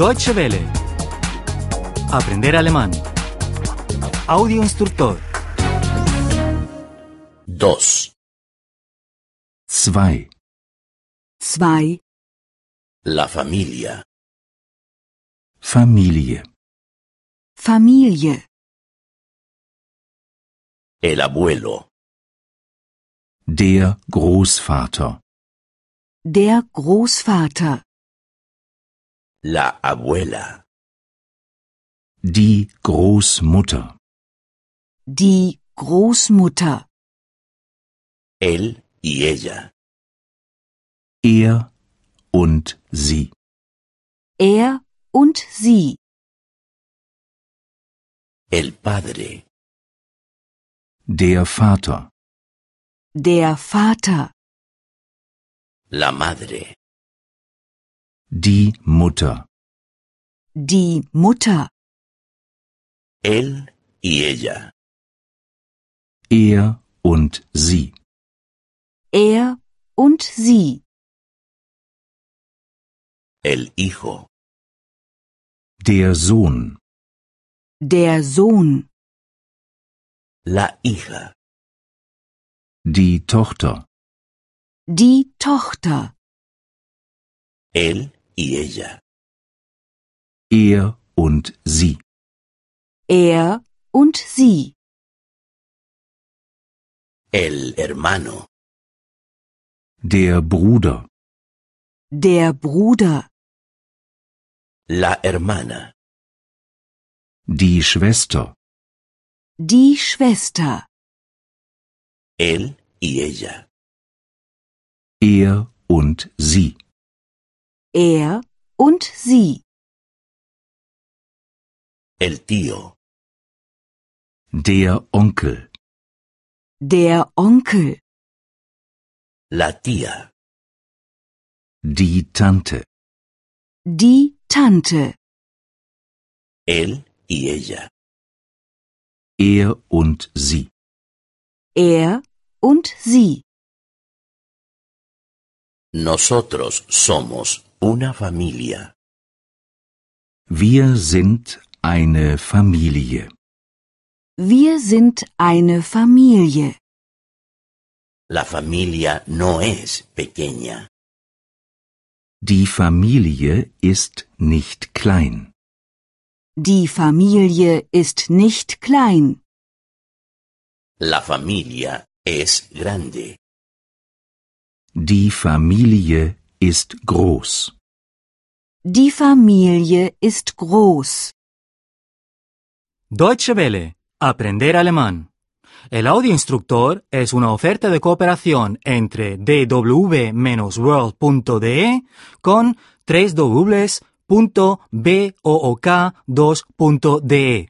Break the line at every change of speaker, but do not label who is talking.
Deutsche Welle. Aprender alemán. Audio instructor.
2.
2.
2.
La familia.
Familie.
Familie.
El abuelo.
Der Großvater.
Der Großvater.
La abuela.
Die Großmutter.
Die Großmutter.
Él y ella.
Er und sie.
Er und sie.
El padre.
Der Vater.
Der Vater.
La madre.
Die Mutter.
Die Mutter.
Él y ella.
Er und sie.
Er und sie.
El hijo.
Der Sohn.
Der Sohn.
La hija.
Die Tochter.
Die Tochter.
Él y ella.
Er und sie.
Er und sie.
El hermano.
Der Bruder.
Der Bruder.
La hermana.
Die Schwester.
Die Schwester.
Él y ella.
Er und sie.
Er und sie.
El tío.
Der Onkel.
Der Onkel.
La tía.
Die Tante.
Die Tante.
Él y ella.
Er und sie.
Er und sie.
Nosotros somos una familia.
Wir sind eine Familie.
Wir sind eine Familie.
La familia no es pequeña.
Die Familie ist nicht klein.
Die Familie ist nicht klein.
La familia es grande.
Die Familie ist groß.
Die Familie ist groß.
Deutsche Welle. Aprender alemán. El audio instructor es una oferta de cooperación entre dw-world.de con 3 2de